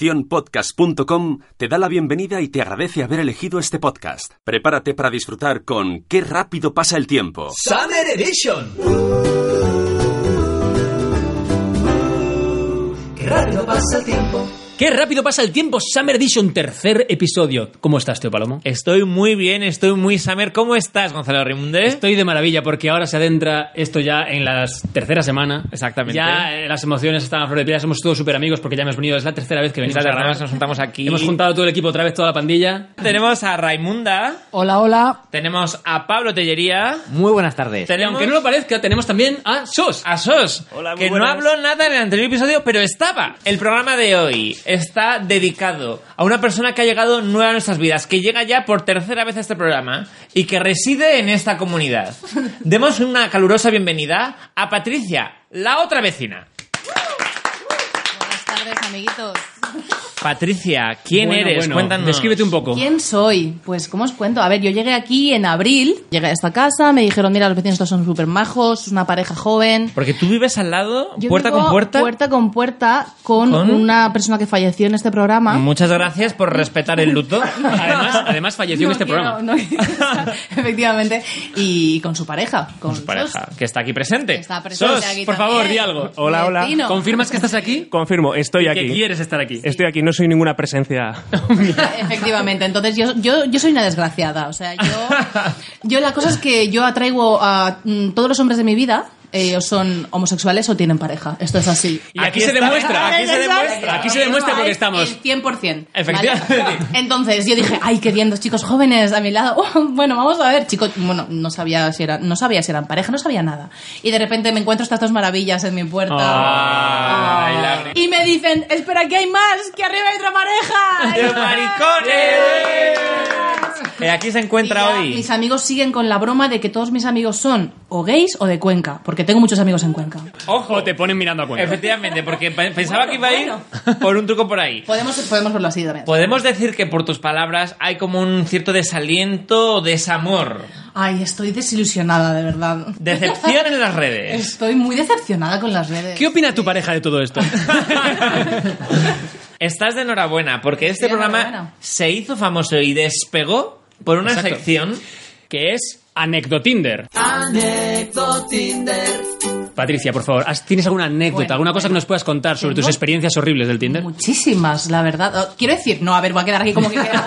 Naciónpodcast.com te da la bienvenida y te agradece haber elegido este podcast. Prepárate para disfrutar con Qué rápido pasa el tiempo. Summer Edition. Qué rápido pasa el tiempo. ¡Qué rápido pasa el tiempo! Summer Edition, tercer episodio. ¿Cómo estás, Teo Palomo? Estoy muy bien, estoy muy Summer. ¿Cómo estás, Gonzalo Rimundez? Estoy de maravilla porque ahora se adentra esto ya en la tercera semana. Exactamente. Ya eh, las emociones están a flor de piel, somos todos súper amigos porque ya hemos venido, es la tercera vez que venimos a Esta tarde grabar. nos juntamos aquí. Hemos juntado todo el equipo otra vez, toda la pandilla. Tenemos a Raimunda. Hola, hola. Tenemos a Pablo Tellería. Muy buenas tardes. Y Tenemos aunque no lo parezca, tenemos también a SOS. a Sos, Hola, muy que no buenas. habló nada en el anterior episodio, pero estaba. El programa de hoy está dedicado a una persona que ha llegado nueva a nuestras vidas, que llega ya por tercera vez a este programa y que reside en esta comunidad. Demos una calurosa bienvenida a Patricia, la otra vecina. Buenas tardes, amiguitos. Patricia, ¿quién Bueno, eres? bueno, Cuéntanos. Descríbete un poco. ¿Quién soy? Pues, ¿cómo os cuento? A ver, yo llegué aquí en abril, llegué a esta casa, me dijeron, mira, los vecinos estos son súper majos, es una pareja joven. Porque tú vives al lado, Yo puerta vivo con puerta. Puerta con puerta con, ¿Con? una persona que falleció en este programa. Muchas gracias por respetar el luto. Además, además falleció en No este quiero- programa. no quiero- Efectivamente. Y con su pareja. Con, su pareja, Sos, que está aquí presente. que está presente Sos, aquí Por favor, también. di algo. Hola, hola. Vecino. ¿Confirmas que estás aquí? Confirmo, estoy Que aquí. quieres estar aquí. Estoy aquí, no soy ninguna presencia. Efectivamente, entonces yo, yo, yo soy una desgraciada, o sea, yo, yo la cosa es que yo atraigo a mm, todos los hombres de mi vida, eh, o son homosexuales o tienen pareja, esto es así. Y aquí, se demuestra, aquí se demuestra, aquí se demuestra porque Es estamos. El 100%. Efectivamente. ¿vale? Entonces yo dije, ay, qué bien, dos chicos jóvenes a mi lado. bueno, vamos a ver, chicos. Bueno, no sabía, si eran, no sabía si eran pareja, no sabía nada. Y de repente me encuentro estas dos maravillas en mi puerta. Ah, Ay, Ay. lágrimas. y me dicen, espera, que hay más, que arriba hay otra pareja. ¡De maricones! Eh, aquí se encuentra Y ya hoy. Mis amigos siguen con la broma de que todos mis amigos son o gays o de Cuenca, porque tengo muchos amigos en Cuenca. Ojo, te ponen mirando a cuenta. Efectivamente, porque pe- pensaba Bueno, que iba a ir por un truco por ahí. Podemos, podemos verlo así Pues- también. Podemos decir que por tus palabras hay como un cierto desaliento o desamor. Ay, estoy desilusionada, de verdad. Decepción en las redes. Estoy muy decepcionada con las redes. ¿Qué opina tu pareja de todo esto? Estás de enhorabuena, porque este Estoy de programa enhorabuena. se hizo famoso y despegó por una Exacto. sección que es Anecdotinder. Patricia, por favor, ¿has- ¿tienes alguna anécdota, Bueno, alguna cosa que bueno. nos puedas contar sobre Tengo- Pues, tus experiencias horribles del Tinder? Muchísimas, la verdad. Oh, Quiero decir, no, a ver, voy a quedar aquí como que queda.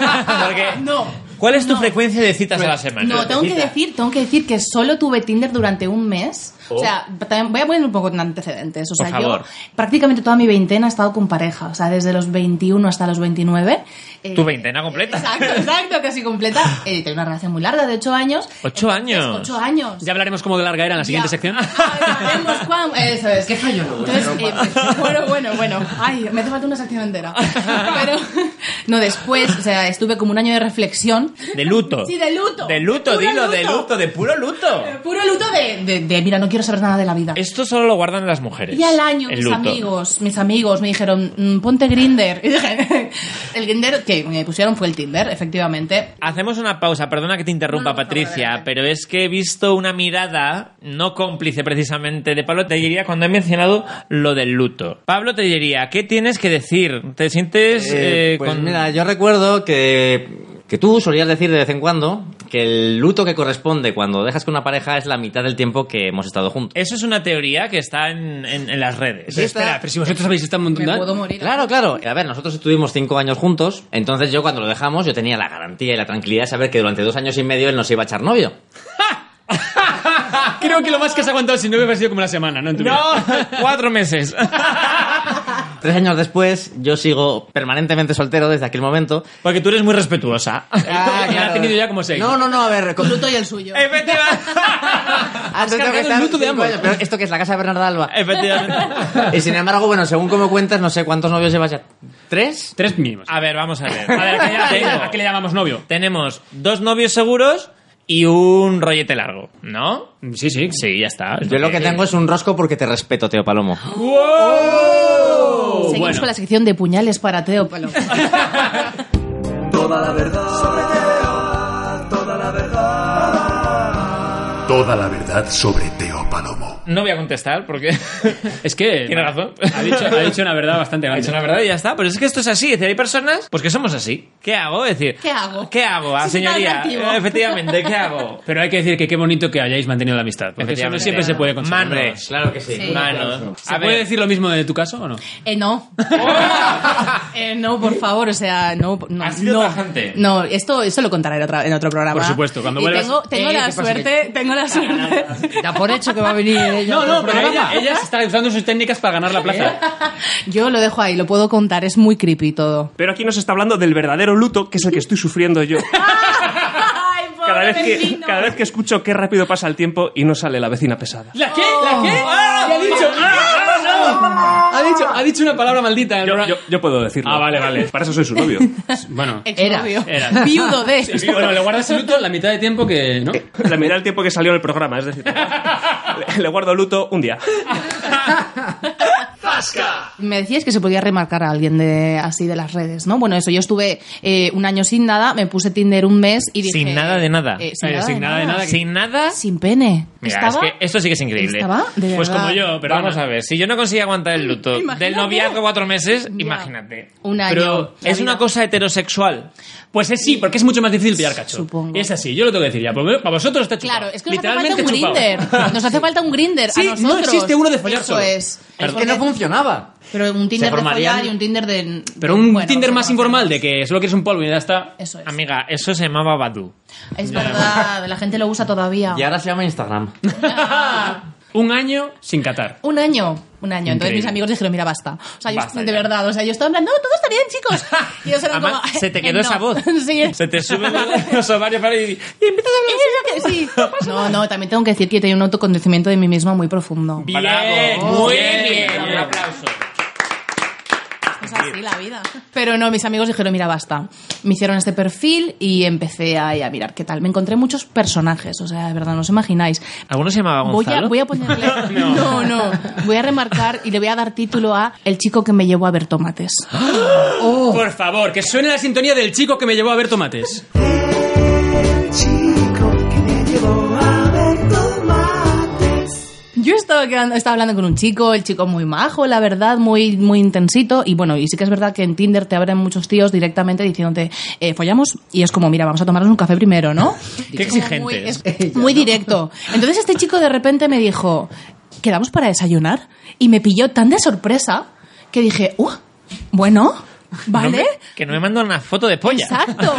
Porque- No. ¿Cuál es tu frecuencia de citas Pues, a la semana? No, tengo que decir, tengo que decir que solo tuve Tinder durante un mes. O sea, también voy a poner un poco en antecedentes. O Oh. Por sea, favor. yo prácticamente toda mi veintena he estado con pareja. O sea, desde los 21 hasta los 29. eh, Tu veintena completa. Exacto, exacto, casi completa. Eh, tengo una relación muy larga, de 8 años. Ocho Entonces, años. Ocho años. Ya hablaremos cómo de larga era en la siguiente Ya. sección. Ah, veremos cuán- Eso es. ¿Qué fallo? Entonces, eh, bueno, bueno, bueno. Ay, me hace falta una sección entera. Pero, no, después, o sea, estuve como un año de reflexión. De luto. Sí, de luto. De luto, Puro dilo, de luto. luto, de puro luto. Eh, Puro luto de, de, de, mira, no quiero saber nada de la vida. Esto solo lo guardan las mujeres. Y al año, El mis luto. amigos, mis amigos me dijeron, "Mm, ponte Grinder. Y dije, el Grinder que me pusieron fue el Tinder, efectivamente. Hacemos una pausa, perdona que te interrumpa, No, no, por favor, Patricia, adelante. pero es que he visto una mirada no cómplice precisamente de Pablo Tellería cuando he mencionado lo del luto. Pablo Tellería, ¿qué tienes que decir? ¿Te sientes Eh, eh, pues con- mira, yo recuerdo que, que tú solías decir de vez en cuando que el luto que corresponde cuando dejas con una pareja es la mitad del tiempo que hemos estado juntos. Eso es una teoría que está en, en- en las redes. Sí. Espera, pero si vosotros habéis estado un montón Me de- puedo morir. Claro, claro. A ver, nosotros estuvimos cinco años juntos, entonces yo cuando lo dejamos yo tenía la garantía y la tranquilidad de saber que durante dos años y medio él nos iba a echar novio. Ah, Creo que lo más que has aguantado sin novio ha sido como una semana, ¿no? En tu No, vida. cuatro meses. Tres años después, yo sigo permanentemente soltero desde aquel momento. Porque tú eres muy respetuosa. Ah, Ya ha tenido ya como seis. No, no, no, a ver. Tu con- luto y el suyo. Efectivamente. Ah, entonces tengo cargado que el estar luto de cinco ambos. años, pero esto que es la casa de Bernarda Alba. Efectivamente. Y sin embargo, bueno, según como cuentas, no sé cuántos novios llevas ya. ¿Tres? Tres mínimos. A ver, vamos a ver. A ver, ¿qué ya tengo? ¿A qué le llamamos novio? Tenemos dos novios seguros y un rollete largo, ¿no? Sí, sí. Sí, ya está. Yo lo que tengo es un rosco porque te respeto, Teo Palomo. Seguimos bueno. con la sección de puñales para Teo Palomo. Toda la verdad sobre Teo, toda la verdad. Toda la verdad sobre Teo Palomo. No voy a contestar porque Es que. Tiene razón. Ha dicho, ha dicho una verdad bastante ha grande. dicho la verdad y ya está. Pero es que esto es así. Es decir, hay personas pues que somos así. ¿Qué hago? Es decir, ¿Qué hago? ¿Qué hago? Ah, Si soy tan señoría, atractivo. Eh, efectivamente, ¿qué hago? Pero hay que decir que qué bonito que hayáis mantenido la amistad. Porque eso no Efectivamente. siempre se puede conseguir. Manos, Claro que sí. Sí. manos. ¿Se puede decir lo mismo de tu caso o no? Eh, no. Eh, no, por favor, o sea, no. no Ha sido no, tajante. No, esto, esto lo contaré en, otra- en otro programa. Por supuesto, cuando Y vuelvas- Tengo, tengo Eh, la ¿qué pasa? suerte, tengo la suerte. Da por hecho que va a venir ella. a otro programa. está usando sus técnicas para ganar la plaza. Yo lo dejo ahí, lo puedo contar, es muy creepy todo. Pero aquí nos está hablando del verdadero luto, que es el que estoy sufriendo yo. Ay, pobre Cada vez que, vecino. cada vez que escucho qué rápido pasa el tiempo y no sale la vecina pesada. ¿La qué? ¿La qué? ¿Qué ha dicho? ¡Ah! Ha dicho, ha dicho una palabra maldita. en el Yo, programa. yo- yo puedo decirlo. Ah, vale, vale. Para eso soy su novio. Bueno, Exnovio. Era. Viudo de. Sí, bueno, le guardas el luto la mitad de tiempo que, ¿no? Le miré el tiempo que salió en el programa, es decir, le, le guardo luto un día. Me decías que se podía remarcar a alguien de así de las redes, ¿no? Bueno, eso, yo estuve eh, un año sin nada, me puse Tinder un mes y dije... Sin nada de nada. Eh, sin Eh, nada sin de nada de nada. nada. Sin nada. Sin pene. Mira, Estaba- es que esto sí que es increíble. Estaba, de Pues verdad. como yo, pero Vamos Ana, a ver, si yo no consigo aguantar el luto Imagínate. del noviazgo cuatro meses, Ya. imagínate. Un año. Pero La es vida. una cosa heterosexual. Pues es sí, porque es mucho más difícil pillar cacho. Supongo. Es así, yo lo tengo que decir ya. por lo menos Para vosotros está chupado. Claro, es que nos hace falta Literalmente un chupado. grinder. Nos hace falta un grinder Sí, a no nosotros. existe uno de follar Eso solo. es. Es que no funcionaba. Pero un Tinder de formarían- follar y un Tinder de... Pero un bueno, pues Tinder no más sé. informal de que solo quieres un polvo y ya está. Eso es. Amiga, eso se llamaba Badu. Es verdad, la gente lo usa todavía. Y ahora se llama Instagram. Ah, Un año sin catar. Un año, un año. Entonces Increíble. mis amigos dijeron, mira, basta. O sea, yo- Basta de ya. verdad, o sea, yo estaba en plan, no, todo está bien, chicos. Y ellos eran Además, como, se te quedó "Eh, esa no". voz. sí. Se te suben los ovarios para y, y empiezas a hablar. Es lo que- sí. No, no, también tengo que decir que tengo un autoconocimiento de mí misma muy profundo. Bien, Muy bien, bien, un bien. aplauso. Es así la vida. Pero no, mis amigos dijeron, mira, basta. Me hicieron este perfil y empecé ahí a mirar qué tal. Me encontré muchos personajes, o sea, de verdad, no os imagináis. ¿Alguno se llamaba Voy Gonzalo? a, voy a ponerle... no. no, Voy a remarcar y le voy a dar título a El chico que me llevó a ver tomates. Por favor, que suene la sintonía del chico que me llevó a ver tomates. El chico que me llevó a ver tomates. Yo estaba, quedando- estaba hablando con un chico, el chico muy majo, la verdad, muy, muy intensito. Y bueno, y sí que es verdad que en Tinder te abren muchos tíos directamente diciéndote, eh, follamos, y es como, mira, vamos a tomarnos un café primero, ¿no? Qué Es como exigentes. Muy, es muy directo. Entonces este chico de repente me dijo, ¿quedamos para desayunar? Y me pilló tan de sorpresa que dije, ¡uh! Bueno, No ¿vale? me- que no me manda una foto de polla. Exacto.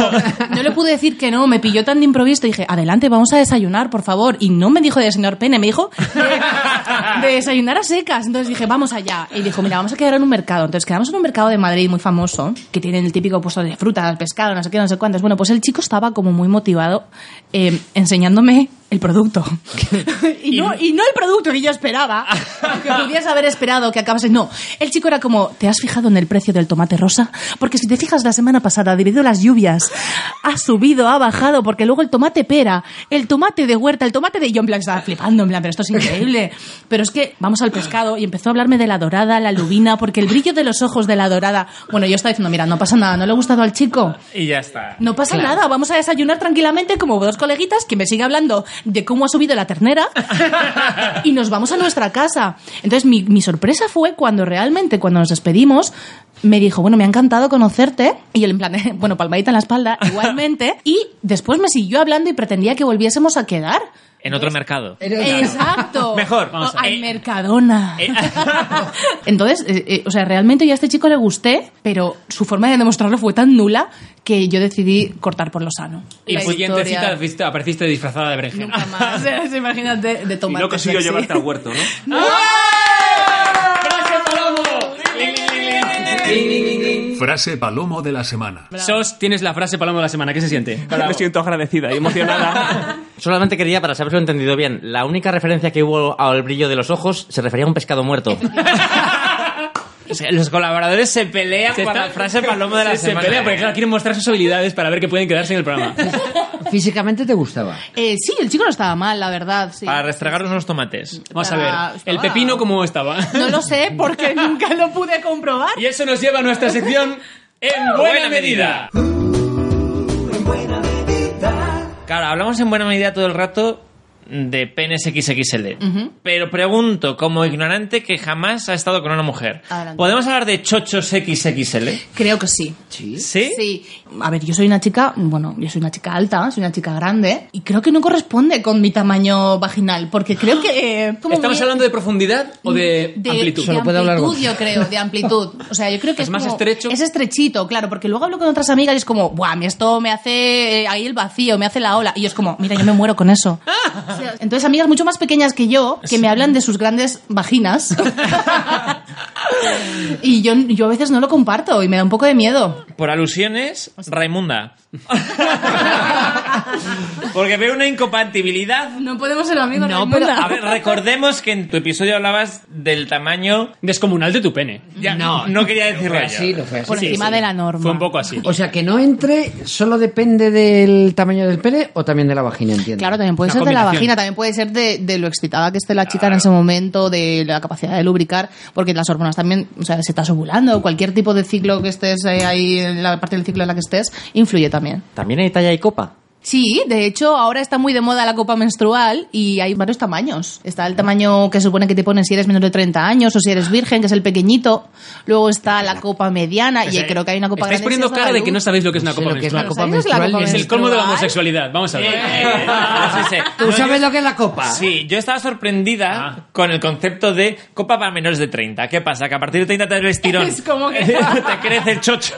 No le pude decir que no, me pilló tan de improviso y dije, adelante, vamos a desayunar, por favor. Y no me dijo de desayunar pene, me dijo de, de desayunar a secas. Entonces dije, vamos allá. Y dijo, mira, vamos a quedar en un mercado. Entonces quedamos en un mercado de Madrid muy famoso, que tienen el típico puesto de frutas, pescado, no sé qué, no sé cuántas. Bueno, pues el chico estaba como muy motivado eh, enseñándome el producto. y, no, y no el producto que yo esperaba, que podías haber esperado que acabase. No, el chico era como, ¿te has fijado en el precio del tomate rosa? Porque si te fijas la semana pasada, debido a las lluvias, ha subido, ha bajado, porque luego el tomate pera, el tomate de huerta, el tomate de... Y Yo en plan estaba flipando, en plan, pero esto es increíble. Pero es que vamos al pescado y empezó a hablarme de la dorada, la lubina, porque el brillo de los ojos de la dorada... Bueno, yo estaba diciendo, mira, no pasa nada, no le ha gustado al chico. Y ya está. No pasa nada, vamos a desayunar tranquilamente como dos coleguitas que me sigue hablando de cómo ha subido la ternera y nos vamos a nuestra casa. Entonces mi, mi sorpresa fue cuando realmente, cuando nos despedimos, me dijo, bueno, me ha encantado conocerte. Y él en plan, bueno, palmadita en la espalda, igualmente. Y después me siguió hablando y pretendía que volviésemos a quedar. En otro mercado. Exacto. Mejor, vamos O a- al eh, Mercadona. eh. Entonces, eh, eh, o sea, realmente yo a este chico le gusté, pero su forma de demostrarlo fue tan nula que yo decidí cortar por lo sano. Y La la siguiente historia- cita fuiste- apareciste disfrazada de berenjena. Nunca más. O sea, imagínate de Y tomar. no consiguió llevarte al huerto, ¿no? ¡Bravo, Palomo! Frase Palomo de la semana. Sos, tienes la frase paloma de la semana. ¿Qué se siente? Me siento agradecida y emocionada. Solamente quería, para saber si lo he entendido bien, la única referencia que hubo al brillo de los ojos se refería a un pescado muerto. O sea, los colaboradores se pelean por la frase paloma de la se, semana. Se pelea porque claro, quieren mostrar sus habilidades para ver que pueden quedarse en el programa. Físicamente te gustaba. Eh, sí, el chico no estaba mal, la verdad. Sí. Para restregarnos unos tomates. Vamos a ver, el pepino cómo estaba. No lo sé porque nunca lo pude comprobar. Y eso nos lleva a nuestra sección En Buena, medida. Claro, hablamos en buena medida todo el rato de penes XXL. Pero pregunto, como ignorante que jamás ha estado con una mujer, Adelante. ¿podemos hablar de chochos XXL? Creo que sí. ¿Sí? ¿Sí? A ver, yo soy una chica, bueno, yo soy una chica alta, soy una chica grande, y creo que no corresponde con mi tamaño vaginal, porque creo que... eh, como ¿Estamos muy- hablando de profundidad o de, amplitud? de amplitud, yo creo, de amplitud. O sea, yo creo que Es es, más como- estrecho. Es estrechito, claro, porque luego hablo con otras amigas y es como, ¡buah! mi Esto me hace eh, ahí el vacío, me hace la ola. Y yo es como, mira, yo me muero con eso. O sea, entonces, amigas mucho más pequeñas que yo, que me hablan de sus grandes vaginas. y yo, yo a veces no lo comparto y me da un poco de miedo. Por alusiones, Raimunda. Porque veo una incompatibilidad. No podemos ser amigos, No, Raimunda. pero- A ver, recordemos que en tu episodio hablabas del tamaño... Descomunal de tu pene. Ya, no, no quería decirlo ya. Así no fue así. Por encima de la norma. Fue un poco así. O sea, que no entre solo depende del tamaño del pene o también de la vagina, entiendo. Claro, también puede Una ser de la combinación. vagina, también puede ser de, de lo excitada que esté la chica en ese momento, de la capacidad de lubricar, porque las hormonas también, o sea, se estás ovulando, cualquier tipo de ciclo que estés eh, ahí, en la parte del ciclo en la que estés, influye también. También hay talla y copa. Sí, de hecho, ahora está muy de moda la copa menstrual y hay varios tamaños. Está el tamaño que se supone que te ponen si eres menor de 30 años o si eres virgen, que es el pequeñito. Luego está la copa mediana y creo que hay una copa Estáis grande. poniendo si es la cara de que no luz. sabéis lo que es una sé copa lo que es la menstrual. copa ¿Sabes la menstrual. copa ni- Es el colmo de la menstrual. homosexualidad. Vamos a Eh, ver. eh, no, sí sé. ¿Tú No, sabes yo- lo que es la copa? Sí, yo estaba sorprendida Ah. con el concepto de copa para menores de 30. ¿Qué pasa? Que a partir de 30 te ves tirón. Es como que- te crece el chocho.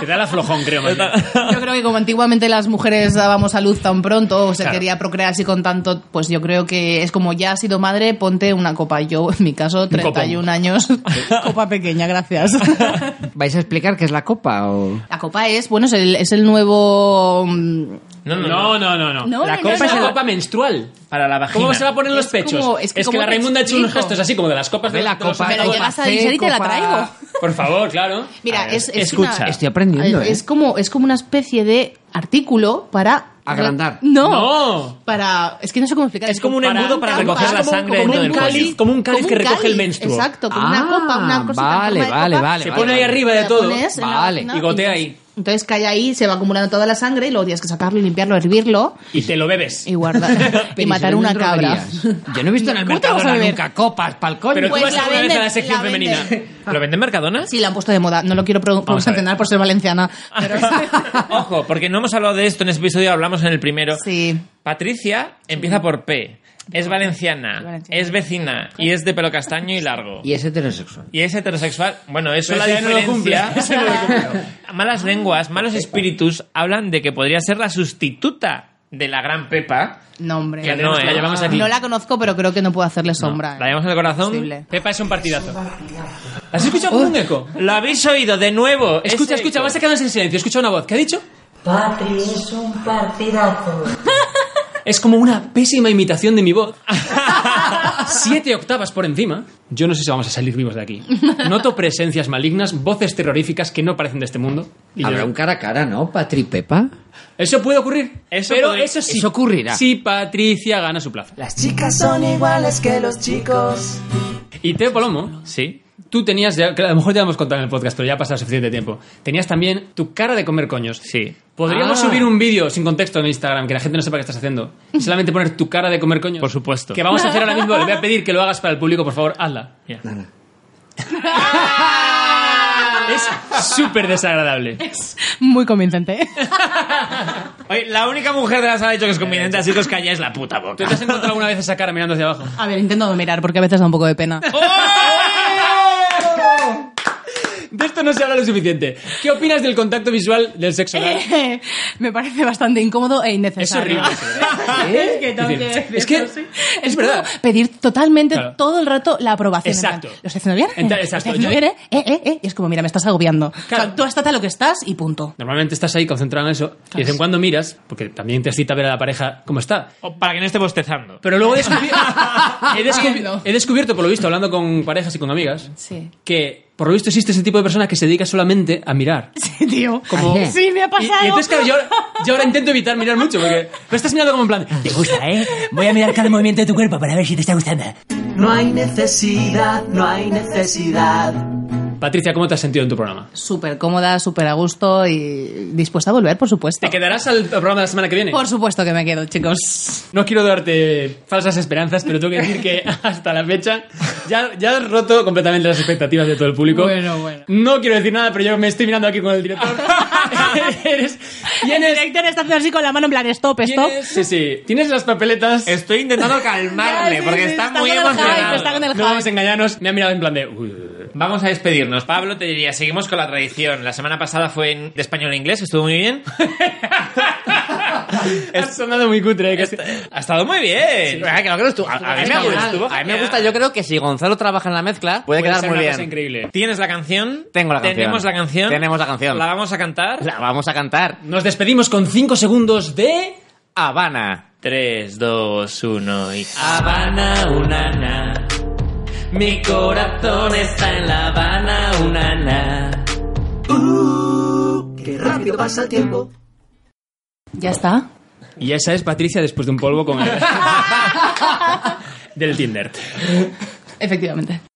Te da la flojón, creo. más bien. Yo creo que como antiguamente las mujeres dábamos a luz tan pronto o se quería procrear así con tanto, pues yo creo que es como ya has sido madre, ponte una copa. Yo, en mi caso, 31 años, copa pequeña, gracias. ¿Vais a explicar qué es la copa? O... La copa es, bueno, es el, es el nuevo... mm, No, no, No, no. no, no, no. No, La no, copa no, es no. la copa menstrual. Para la vagina. ¿Cómo se va a poner en los Es pechos? como- es es que, que ¿cómo la te Raimunda ha hecho unos explico? gestos así como de las copas Ve la los copa, Pero copa llegas a Digerir y te la traigo. Por favor, claro. Mira, A ver, es, es escucha. una- Estoy aprendiendo, Es ¿eh? como, es como una especie de artículo para... Agrandar. No. No. Para... Es que no sé cómo explicar. Es como un embudo para tapa. recoger la Es como- sangre como dentro un del cuerpo. cáliz- Como un cáliz que recoge el menstruo. Exacto, como una Ah, copa, una cosita en vale, forma de vale, copa. vale, Se vale. pone ahí arriba de La todo. pones en la Vale. vagina Y gotea entonces- ahí. Entonces cae ahí, se va acumulando toda la sangre y luego tienes que sacarlo, limpiarlo, hervirlo Y te lo bebes. y guardar. y Pero matar eso no una en cabra. droguerías. Yo no he visto en el ¿Cómo te vas a mercado beber? nunca copas pa'l coño. Pero tú Pues vas la alguna vez a la venden, sección la femenina. venden. ¿Lo vende en Mercadona? Sí, la han puesto de moda. No lo quiero pro- Vamos a ver. promocionar por ser valenciana. Pero... Ojo, porque no hemos hablado de esto en este episodio, hablamos en el primero. sí. Patricia empieza por P. Es valenciana, Valenciana. es vecina y es de pelo castaño y largo. Y es heterosexual. Y es heterosexual. Bueno, eso Pero la ese no lo diferencia. cumple, ese no lo Malas lenguas, malos espíritus hablan de que podría ser la sustituta de la gran Pepa. No, hombre. Que no, eh. La llamamos aquí. No la conozco, pero creo que no puedo hacerle sombra. eh. La llevamos en el corazón. Posible. Pepa es un partidazo. ¿Has escuchado como un eco? Lo habéis oído de nuevo. Escucha, Ese escucha, eco. vas a quedarse en silencio. Escucha una voz. ¿Qué ha dicho? Patri es un partidazo. Es como una pésima imitación de mi voz. Siete octavas por encima. Yo no sé si vamos a salir vivos de aquí. Noto presencias malignas, voces terroríficas que no parecen de este mundo. Y yo- Habrá un cara a cara, ¿no, Patri Pepa? Eso puede ocurrir. Eso pero puede- eso sí. eso ocurrirá. Si Patricia gana su plaza. Las chicas son iguales que los chicos. Y Teo Palomo, Sí. tú tenías, ya, que a lo mejor ya lo hemos contado en el podcast, pero ya ha pasado suficiente tiempo. Tenías también tu cara de comer coños. Sí. Podríamos Ah. subir un vídeo sin contexto en Instagram, que la gente no sepa qué estás haciendo. Y solamente poner tu cara de comer coños. Por supuesto. Que vamos a hacer ahora mismo. Le voy a pedir que lo hagas para el público, por favor, hazla. Ya. Es súper desagradable. Muy convincente. Oye, la única mujer de la sala ha dicho que es conveniente, así que os calláis la puta boca. ¿Tú te has encontrado alguna vez esa cara mirando hacia abajo? A ver, intento no mirar porque a veces da un poco de pena. De esto no se habla lo suficiente. ¿Qué opinas del contacto visual del sexo oral? Eh, me parece bastante incómodo e innecesario. Es horrible ¿eh? es que tengo Es que decir, decirlo, es que- sí. es como verdad. pedir totalmente Claro. todo el rato la aprobación. en plan, Exacto. ¿Lo estoy haciendo bien? Entonces, ¿Lo estoy exacto, haciendo yo- bien, eh? Eh, eh, eh. Y es como, mira, me estás agobiando. O sea, tú estate a lo que estás y punto. Normalmente estás ahí concentrado en eso y de vez en cuando miras, porque también te excita ver a la pareja cómo está. Para que no esté bostezando. Pero luego he descubri- he, descubri- he descubierto, por lo visto, hablando con parejas y con amigas, Sí. que por lo visto existe ese tipo de persona que se dedica solamente a mirar. Sí, tío. Como- Sí, me ha Y, y pasado. entonces, claro, yo, ahora- yo ahora intento evitar mirar mucho, porque pero estás mirando como en plan, te gusta, ¿eh? Voy a mirar cada movimiento de tu cuerpo para ver si te está gustando. No hay necesidad, no hay necesidad. Patricia, ¿cómo te has sentido en tu programa? Súper cómoda, súper a gusto y dispuesta a volver, por supuesto. ¿Te quedarás al programa de la semana que viene? Por supuesto que me quedo, chicos. No quiero darte falsas esperanzas, pero tengo que decir que hasta la fecha ya, ya has roto completamente las expectativas de todo el público. Bueno, bueno. No quiero decir nada, pero yo me estoy mirando aquí con el director. Eres- El director está haciendo así con la mano en plan, stop, stop. Sí, sí. ¿Tienes las papeletas? Estoy intentando calmarle, porque está muy emocionado. está con el No hype. vamos a engañarnos. Me ha mirado en plan de... "Uy". Vamos a despedirnos. Pablo, te diría, seguimos con la tradición. La semana pasada fue en de español a inglés, que estuvo muy bien. Ha sonado muy cutre. ¿eh? Casi- Ha estado muy bien. Ah, que no creo que estuvo- a, a mí me Genial. gustó. A mí me gusta, yo creo que si Gonzalo trabaja en la mezcla, puede, quedar ser muy una bien. cosa increíble. ¿Tienes la canción? Tengo la canción. Tenemos la canción. Tenemos la canción. La vamos a cantar. La vamos a cantar. Nos despedimos con 5 segundos de... Habana. 3, 2, 1 y... Habana, unana. Mi corazón está en La Habana, unana. Qué rápido pasa el tiempo. Ya está. Y esa es Patricia después de un polvo con el- del Tinder. Efectivamente.